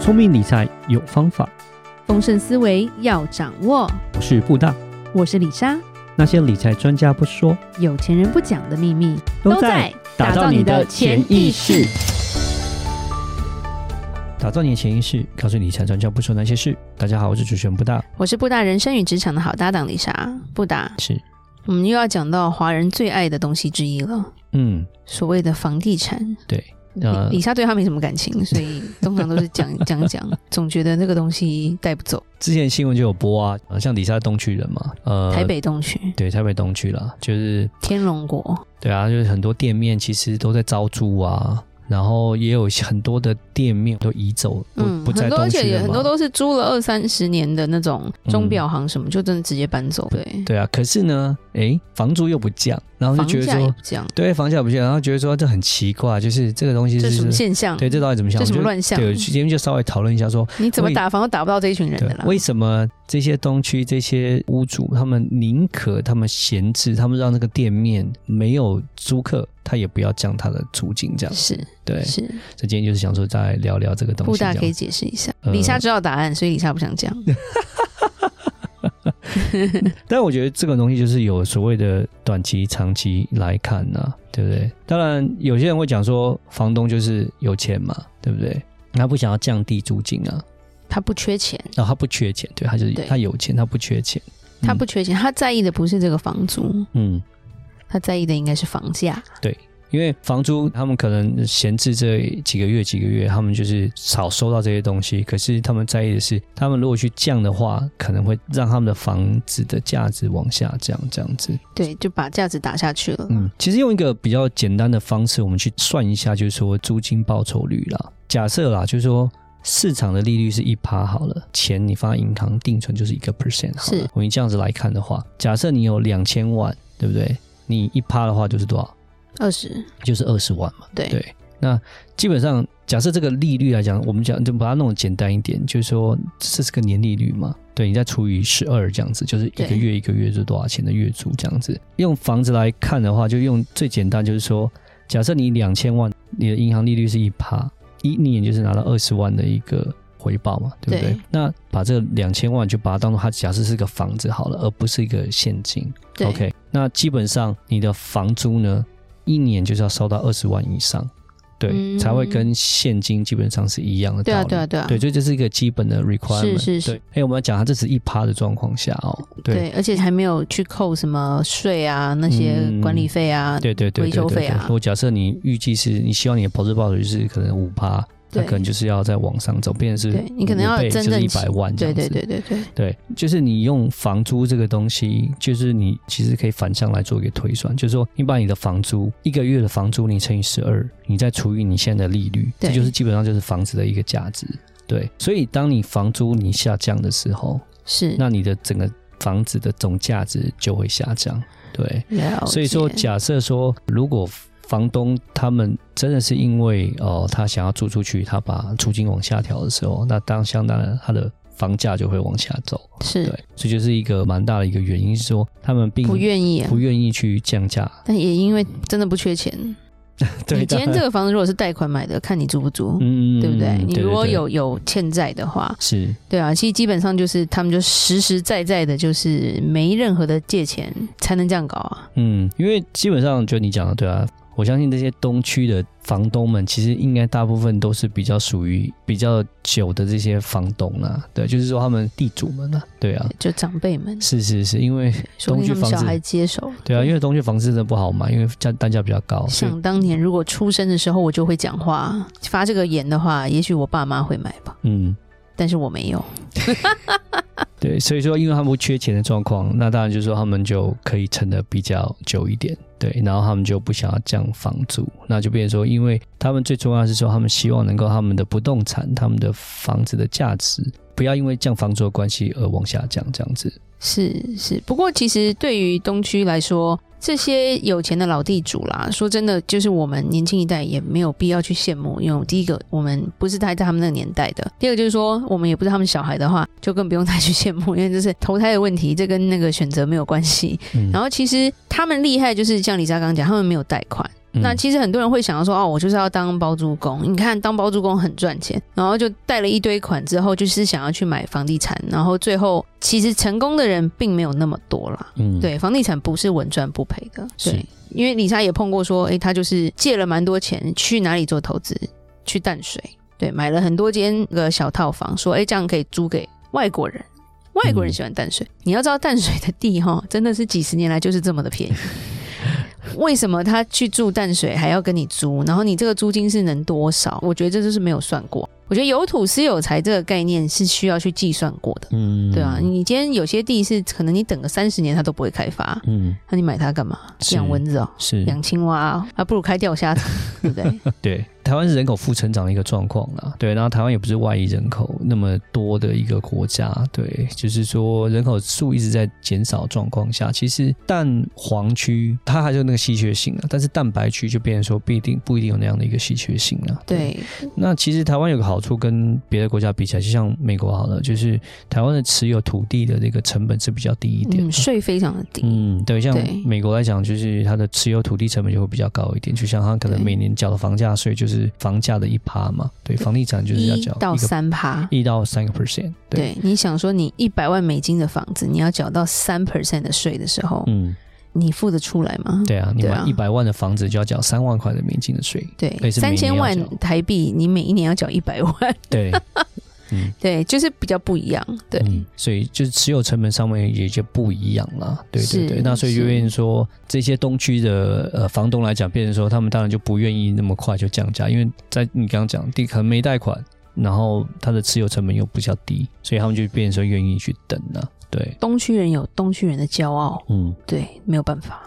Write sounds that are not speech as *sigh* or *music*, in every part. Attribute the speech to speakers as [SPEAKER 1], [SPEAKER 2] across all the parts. [SPEAKER 1] 聪明理财有方法，
[SPEAKER 2] 丰盛思维要掌握。
[SPEAKER 1] 我是布大。
[SPEAKER 2] 我是李莎，
[SPEAKER 1] 那些理财专家不说，
[SPEAKER 2] 有钱人不讲的秘密
[SPEAKER 1] 打造你的潜意识，，打造你的潜意识，告诉理财专家不说那些事。大家好，我是主持人布大，
[SPEAKER 2] 我是布达人生与职场的好搭档李莎。布达，
[SPEAKER 1] 是
[SPEAKER 2] 我们又要讲到华人最爱的东西之一了，
[SPEAKER 1] 嗯，
[SPEAKER 2] 所谓的房地产。
[SPEAKER 1] 对，呃
[SPEAKER 2] 李，李莎对他没什么感情，所以通常都是
[SPEAKER 1] *laughs*
[SPEAKER 2] 讲讲讲，总觉得那个东西带不走。
[SPEAKER 1] 之前新闻就有播啊，呃像李莎东区人嘛，呃，
[SPEAKER 2] 台北东区、
[SPEAKER 1] 对台北东区啦，就是
[SPEAKER 2] 天龙国，
[SPEAKER 1] 对啊，就是很多店面其实都在招租啊。然后也有很多的店面都移走，不、
[SPEAKER 2] 嗯，
[SPEAKER 1] 不在
[SPEAKER 2] 很多，
[SPEAKER 1] 东
[SPEAKER 2] 而
[SPEAKER 1] 区
[SPEAKER 2] 且也
[SPEAKER 1] 了
[SPEAKER 2] 很
[SPEAKER 1] 嘛
[SPEAKER 2] 多都是租了二三十年的那种钟表行什么，就真的直接搬走。对，
[SPEAKER 1] 对啊，可是呢，诶，房租又不降，然后就
[SPEAKER 2] 房
[SPEAKER 1] 觉得
[SPEAKER 2] 价也
[SPEAKER 1] 说
[SPEAKER 2] 不，降，
[SPEAKER 1] 对，房价也不降，然后觉得说这很奇怪，就是这个东西
[SPEAKER 2] 这
[SPEAKER 1] 是
[SPEAKER 2] 是什么现象？
[SPEAKER 1] 对，这到底怎么想？
[SPEAKER 2] 这什么
[SPEAKER 1] 我就
[SPEAKER 2] 乱象
[SPEAKER 1] 对，今天就稍微讨论一下
[SPEAKER 2] *laughs*
[SPEAKER 1] 说，
[SPEAKER 2] 你怎么
[SPEAKER 1] 为
[SPEAKER 2] 打房都打不到这一群人
[SPEAKER 1] 对
[SPEAKER 2] 的啦，。
[SPEAKER 1] 为什么这些东区这些屋主他们宁可他们闲置，他们让这个店面没有租客，他也不要降他的租金，这样
[SPEAKER 2] 是
[SPEAKER 1] 对。
[SPEAKER 2] 是，
[SPEAKER 1] 所以今天就是想说再聊聊这个东
[SPEAKER 2] 布
[SPEAKER 1] 西，这
[SPEAKER 2] 大
[SPEAKER 1] 样
[SPEAKER 2] 可以解释一下。
[SPEAKER 1] 呃
[SPEAKER 2] 李莎知道答案，所以李莎不想讲。
[SPEAKER 1] 但我觉得这个东西就是有所谓的短期、长期来看呢、对不对？当然，有些人会讲说，房东就是有钱嘛，对不对？他不想要降低租金啊，
[SPEAKER 2] 她不缺钱，
[SPEAKER 1] 然后他不缺钱，对，他就是
[SPEAKER 2] 对
[SPEAKER 1] 他有钱，他不缺钱，嗯
[SPEAKER 2] 她不缺钱，她在意的不是这个房租，
[SPEAKER 1] 嗯，
[SPEAKER 2] 她在意的应该是房价。
[SPEAKER 1] 因为房租他们可能闲置这几个月、几个月，他们就是少收到这些东西。可是他们在意的是，他们如果去降的话，可能会让他们的房子的价值往下降，这样子。
[SPEAKER 2] 对，就把价值打下去了。
[SPEAKER 1] 嗯，其实用一个比较简单的方式，我们去算一下，就是说租金报酬率啦。假设啦，就是说市场的利率是一趴好了，钱你放在银行定存就是一个 percent 好了
[SPEAKER 2] 是。
[SPEAKER 1] 我们这样子来看的话，假设你有两千万，对不对？你一趴的话就是多少？
[SPEAKER 2] 二十，
[SPEAKER 1] 就是二十万嘛。
[SPEAKER 2] 对
[SPEAKER 1] 对，那基本上假设这个利率来讲，我们讲就把它弄得简单一点，就是说这是个年利率嘛，对，你再除以十二这样子，就是一个
[SPEAKER 2] 对
[SPEAKER 1] 月一个月是多少钱的月租这样子。用房子来看的话，就用最简单，就是说，假设你两千万，你的银行利率是一趴，一年就是拿到二十万的一个。回报嘛，对不对？
[SPEAKER 2] 对
[SPEAKER 1] 那把这两千万就把它当做它假设是个房子好了，而不是一个现金。
[SPEAKER 2] 对
[SPEAKER 1] OK，那基本上你的房租呢，一年就是要收到二十万以上，对，
[SPEAKER 2] 嗯
[SPEAKER 1] 才会跟现金基本上是一样的
[SPEAKER 2] 对
[SPEAKER 1] 道
[SPEAKER 2] 啊
[SPEAKER 1] 理
[SPEAKER 2] 对啊对啊
[SPEAKER 1] 对，所以这是一个基本的 requirement。
[SPEAKER 2] 是是
[SPEAKER 1] 对，哎、我们要讲它这只是一趴的状况下哦，对，
[SPEAKER 2] 对，而且还没有去扣什么税啊，那些
[SPEAKER 1] 嗯
[SPEAKER 2] 管理费啊。
[SPEAKER 1] 对对对
[SPEAKER 2] 维
[SPEAKER 1] 对
[SPEAKER 2] 修
[SPEAKER 1] 对
[SPEAKER 2] 费
[SPEAKER 1] 对。
[SPEAKER 2] 啊
[SPEAKER 1] 我假设你预计是你希望你的投资报酬率是可能五趴，那
[SPEAKER 2] 对
[SPEAKER 1] 可能就是要再往上走，变成是
[SPEAKER 2] 对你可能要
[SPEAKER 1] 5倍
[SPEAKER 2] 真
[SPEAKER 1] 就是
[SPEAKER 2] 正
[SPEAKER 1] 一百万这
[SPEAKER 2] 对
[SPEAKER 1] 样子。
[SPEAKER 2] 对对对对，
[SPEAKER 1] 对，就是你用房租这个东西，就是你其实可以反向来做一个推算，就是说你把你的房租一个月的房租你乘以十二，你再除以你现在的利率，
[SPEAKER 2] 对
[SPEAKER 1] 这就是基本上就是房子的一个价值。对，所以当你房租你下降的时候，
[SPEAKER 2] 是。
[SPEAKER 1] 那你的整个房子的总价值就会下降。对，
[SPEAKER 2] 了解
[SPEAKER 1] 所以说假设说如果房东他们真的是因为哦、呃他想要租出去，他把租金往下调的时候，那当相当然他的房价就会往下走。
[SPEAKER 2] 是
[SPEAKER 1] 对，这就是一个蛮大的一个原因，是说他们并
[SPEAKER 2] 不愿意啊
[SPEAKER 1] 不，愿意去降
[SPEAKER 2] *laughs*
[SPEAKER 1] 价。
[SPEAKER 2] 但也因为真的不缺钱。
[SPEAKER 1] 对，
[SPEAKER 2] 你
[SPEAKER 1] 当
[SPEAKER 2] 今天
[SPEAKER 1] 然
[SPEAKER 2] 这个房子如果是贷款买的，看你租不租。
[SPEAKER 1] 嗯，
[SPEAKER 2] *laughs* 对不对？你如果
[SPEAKER 1] 对
[SPEAKER 2] 有有欠债的话，
[SPEAKER 1] 是，
[SPEAKER 2] 对啊，其实基本上就是他们就实实在在的，就是没任何的借钱才能这样搞啊。
[SPEAKER 1] 嗯，因为基本上就你讲的对啊，我相信这些东区的房东们，其实应该大部分都是比较属于比较久的这些房东啊，对，就是说他们地主们啊，对啊，
[SPEAKER 2] 就长辈们，
[SPEAKER 1] 是是是，因为
[SPEAKER 2] 说不定他
[SPEAKER 1] 东
[SPEAKER 2] 们
[SPEAKER 1] 区
[SPEAKER 2] 小
[SPEAKER 1] 房子
[SPEAKER 2] 孩接手。
[SPEAKER 1] 对啊，因为东区房子真的不好买，因为价单价比较高，所以
[SPEAKER 2] 想当年，如果出生的时候我就会讲话，发这个言的话，也许我爸妈会买吧，
[SPEAKER 1] 嗯。
[SPEAKER 2] 但是我没有。
[SPEAKER 1] 对，所以说，因为他们不缺钱的状况，那当然就是说他们就可以撑得比较久一点，对，然后他们就不想要降房租，那就变成说，因为他们最重要的是说，他们希望能够他们的不动产、他们的房子的价值不要因为降房租的关系而往下降，这样子。
[SPEAKER 2] 是是，不过其实对于东区来说，这些有钱的老地主啦，说真的，就是我们年轻一代也没有必要去羡慕，因为第一个我们不是待在他们那个年代的，第二个就是说我们也不是他们小孩的话，就更不用太去羡慕， *laughs* 因为这是投胎的问题，这跟那个选择没有关系。
[SPEAKER 1] 嗯
[SPEAKER 2] 然后其实他们厉害，就是像李莎刚刚讲，他们没有贷款，
[SPEAKER 1] 嗯
[SPEAKER 2] 那其实很多人会想要说，哦，我就是要当包租公。你看，当包租公很赚钱，然后就贷了一堆款之后，就是想要去买房地产，然后最后其实成功的人并没有那么多啦。
[SPEAKER 1] 嗯，
[SPEAKER 2] 对，房地产不是稳赚不赔的。
[SPEAKER 1] 是
[SPEAKER 2] 对，因为李莎也碰过说，诶，她就是借了蛮多钱去哪里做投资，去淡水，对，买了很多间个小套房，说，诶，这样可以租给外国人。外国
[SPEAKER 1] 嗯
[SPEAKER 2] 人喜欢淡水，你要知道淡水的地哈、真的是几十年来就是这么的
[SPEAKER 1] *laughs*
[SPEAKER 2] 便宜。为什么他去住淡水还要跟你租？然后你这个租金是能多少？我觉得这就是没有算过。我觉得有土是有财这个概念是需要去计算过的。
[SPEAKER 1] 嗯，
[SPEAKER 2] 对啊，你今天有些地是可能你等个三十年它都不会开发，
[SPEAKER 1] 嗯，
[SPEAKER 2] 那你买它干嘛？
[SPEAKER 1] 是
[SPEAKER 2] 养蚊子哦，
[SPEAKER 1] 是
[SPEAKER 2] 养青蛙啊，还不如开钓
[SPEAKER 1] *laughs*
[SPEAKER 2] 虾场，对不对？
[SPEAKER 1] 对，台湾是人口负成长的一个状况啦。对，然后台湾也不是外移人口那么多的一个国家，对，就是说人口数一直在减少的状况下，其实蛋黄区它还是有那个稀缺性啊，但是蛋白区就变成说不一定不一定有那样的一个稀缺性啊。
[SPEAKER 2] 对，
[SPEAKER 1] 那其实台湾有个好处，跟别的国家比起来，就像美国好了，就是台湾的持有土地的这个成本是比较低一点
[SPEAKER 2] 嗯，
[SPEAKER 1] 的。
[SPEAKER 2] 税非常的低，
[SPEAKER 1] 嗯，对，像
[SPEAKER 2] 对
[SPEAKER 1] 美国来讲，就是它的持有土地成本就会比较高一点，就像它可能
[SPEAKER 2] 对
[SPEAKER 1] 每年缴的房价税就是房价的一趴嘛，对，房地产就是要
[SPEAKER 2] 一
[SPEAKER 1] 缴
[SPEAKER 2] 到
[SPEAKER 1] 一个
[SPEAKER 2] 三趴。
[SPEAKER 1] 一到三个 percent，对，
[SPEAKER 2] 对，你想说你一百万美金的房子，你要缴到三 percent 的税的时候，
[SPEAKER 1] 嗯，
[SPEAKER 2] 你付得出来吗？
[SPEAKER 1] 对啊，你
[SPEAKER 2] 对
[SPEAKER 1] 买
[SPEAKER 2] 啊
[SPEAKER 1] 一百万的房子就要缴三万块的美金的税，
[SPEAKER 2] 对，
[SPEAKER 1] 对是每
[SPEAKER 2] 三
[SPEAKER 1] 年
[SPEAKER 2] 千万
[SPEAKER 1] 要缴
[SPEAKER 2] 台币，你每一年要缴一百万， *laughs*
[SPEAKER 1] 对，嗯，
[SPEAKER 2] 对，就是比较不一样。对，
[SPEAKER 1] 嗯，所以就是持有成本上面也就不一样啦，对对
[SPEAKER 2] 是
[SPEAKER 1] 对，那所以就变成说这些东区的呃房东来讲，变成说他们当然就不愿意那么快就降价，因为在你刚刚讲，第可能没贷款，然后它的持有成本又比较低，所以他们就变成说愿意去等了，对，
[SPEAKER 2] 东区人有东区人的骄傲，
[SPEAKER 1] 嗯，
[SPEAKER 2] 对，没有办
[SPEAKER 1] *laughs*
[SPEAKER 2] 法，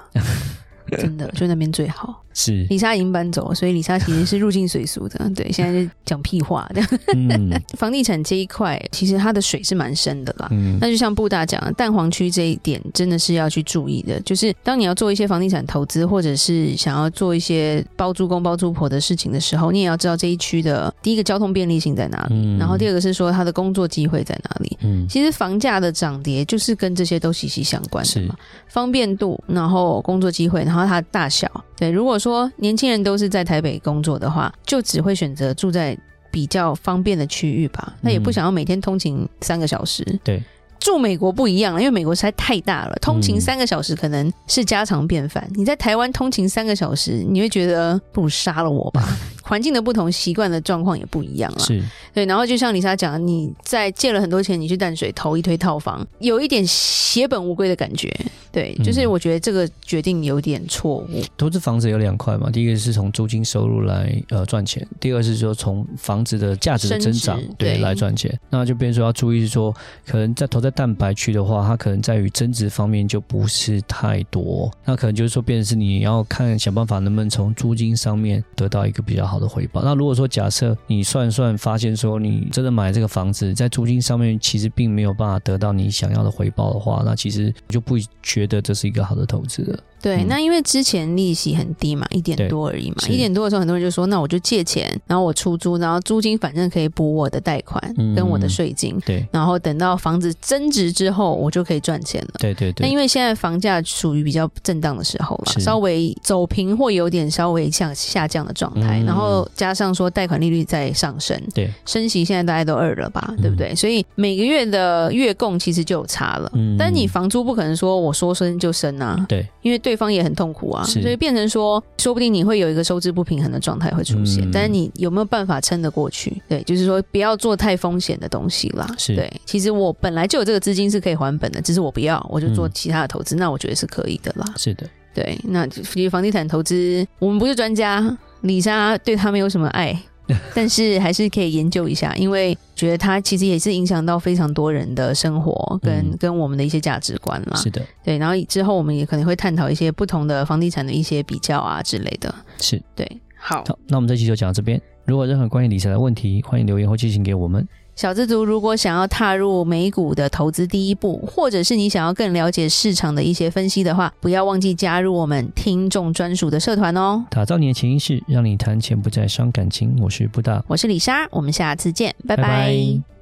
[SPEAKER 2] 真的，就那边最好。 *laughs*
[SPEAKER 1] 是，
[SPEAKER 2] 李莎已经搬走了，所以李莎其实是入境随
[SPEAKER 1] *laughs*
[SPEAKER 2] 俗的。对，现在就讲屁话的。
[SPEAKER 1] 嗯
[SPEAKER 2] 房地产这一块，其实它的水是蛮深的啦。
[SPEAKER 1] 嗯
[SPEAKER 2] 那就像布大讲的，蛋黄区这一点真的是要去注意的。就是当你要做一些房地产投资，或者是想要做一些包租公包租婆的事情的时候，你也要知道这一区的第一个交通便利性在哪里，
[SPEAKER 1] 嗯
[SPEAKER 2] 然后第二个是说它的工作机会在哪里。
[SPEAKER 1] 嗯
[SPEAKER 2] 其实房价的涨跌就是跟这些都息息相关的
[SPEAKER 1] 是
[SPEAKER 2] 嘛，方便度，然后工作机会，然后它的大小。对，如果说年轻人都是在台北工作的话，就只会选择住在比较方便的区域吧。那也不
[SPEAKER 1] 嗯
[SPEAKER 2] 想要每天通勤三个小时。
[SPEAKER 1] 对。
[SPEAKER 2] 住美国不一样了，因为美国实在太大了，通勤
[SPEAKER 1] 嗯
[SPEAKER 2] 三个小时可能是家常便饭。你在台湾通勤三个小时，你会觉得不如杀了
[SPEAKER 1] *laughs*
[SPEAKER 2] 我吧。环境的不同，习惯的状况也不一样了。啊
[SPEAKER 1] 是，
[SPEAKER 2] 对，然后就像李莎讲，你在借了很多钱，你去淡水投一堆套房，有一点血本无归的感觉。对，就是
[SPEAKER 1] 嗯
[SPEAKER 2] 我觉得这个决定有点错误。
[SPEAKER 1] 投资房子有两块嘛，第一个是从租金收入来呃赚钱，第二是说从房子的价值的增长
[SPEAKER 2] 升值
[SPEAKER 1] 对
[SPEAKER 2] 对
[SPEAKER 1] 来赚钱。那就变成说要注意是说，可能在投在蛋白区的话，它可能在于增值方面就不是太多，那可能就是说变成是你要看想办法能不能从租金上面得到一个比较好的回报。那如果说假设你算算发现说你真的买这个房子在租金上面其实并没有办法得到你想要的回报的话，那其实我就不觉得这是一个好的投资了。
[SPEAKER 2] 对，
[SPEAKER 1] 嗯
[SPEAKER 2] 那因为之前利息很低嘛，一点
[SPEAKER 1] 对
[SPEAKER 2] 多而已嘛，
[SPEAKER 1] 是
[SPEAKER 2] 一点多的时候，很多人就说，那我就借钱，然后我出租，然后租金反正可以补我的贷款
[SPEAKER 1] 嗯
[SPEAKER 2] 跟我的税金，
[SPEAKER 1] 对
[SPEAKER 2] 然后等到房子增值之后，我就可以赚钱了。
[SPEAKER 1] 对对对
[SPEAKER 2] 那。因为现在房价属于比较震荡的时候了，
[SPEAKER 1] 是
[SPEAKER 2] 稍微走平或有点稍微下下降的状态，
[SPEAKER 1] 嗯
[SPEAKER 2] 然后加上说贷款利率在上升，
[SPEAKER 1] 对，嗯
[SPEAKER 2] 升息现在大概都二了吧，对不对？所以每个月的月供其实就有差了。
[SPEAKER 1] 嗯
[SPEAKER 2] 但你房租不可能说我说升就升啊，
[SPEAKER 1] 对，
[SPEAKER 2] 因为对方也很痛苦啊，
[SPEAKER 1] 是
[SPEAKER 2] 所以变成说，说不定你会有一个收支不平衡的状态会出现，
[SPEAKER 1] 嗯
[SPEAKER 2] 但是你有没有办法撑得过去？对，就是说不要做太风险的东西啦。
[SPEAKER 1] 是
[SPEAKER 2] 对，其实我本来就有这个资金是可以还本的，只是我不要，我就做
[SPEAKER 1] 嗯
[SPEAKER 2] 其他的投资，那我觉得是可以的啦。
[SPEAKER 1] 是的，
[SPEAKER 2] 对，那其实房地产投资，我们不是专家，李莎对他没有什么
[SPEAKER 1] *laughs*
[SPEAKER 2] 爱，但是还是可以研究一下，因为觉得它其实也是影响到非常多人的生活跟、
[SPEAKER 1] 嗯
[SPEAKER 2] 跟我们的一些价值观啦。
[SPEAKER 1] 是的，
[SPEAKER 2] 对，然后之后我们也可能会探讨一些不同的房地产的一些比较啊之类的。
[SPEAKER 1] 是。
[SPEAKER 2] 对，好，
[SPEAKER 1] 好，那我们这期就讲到这边。如果有任何关于理财的问题，欢迎留言或寄信给我们。
[SPEAKER 2] 小资族如果想要踏入美股的投资第一步，或者是你想要更了解市场的一些分析的话，不要忘记加入我们听众专属的社团哦。
[SPEAKER 1] 打造你的潜意识，让你谈钱不再伤感情。我是布大，
[SPEAKER 2] 我是李莎，我们下次见，拜拜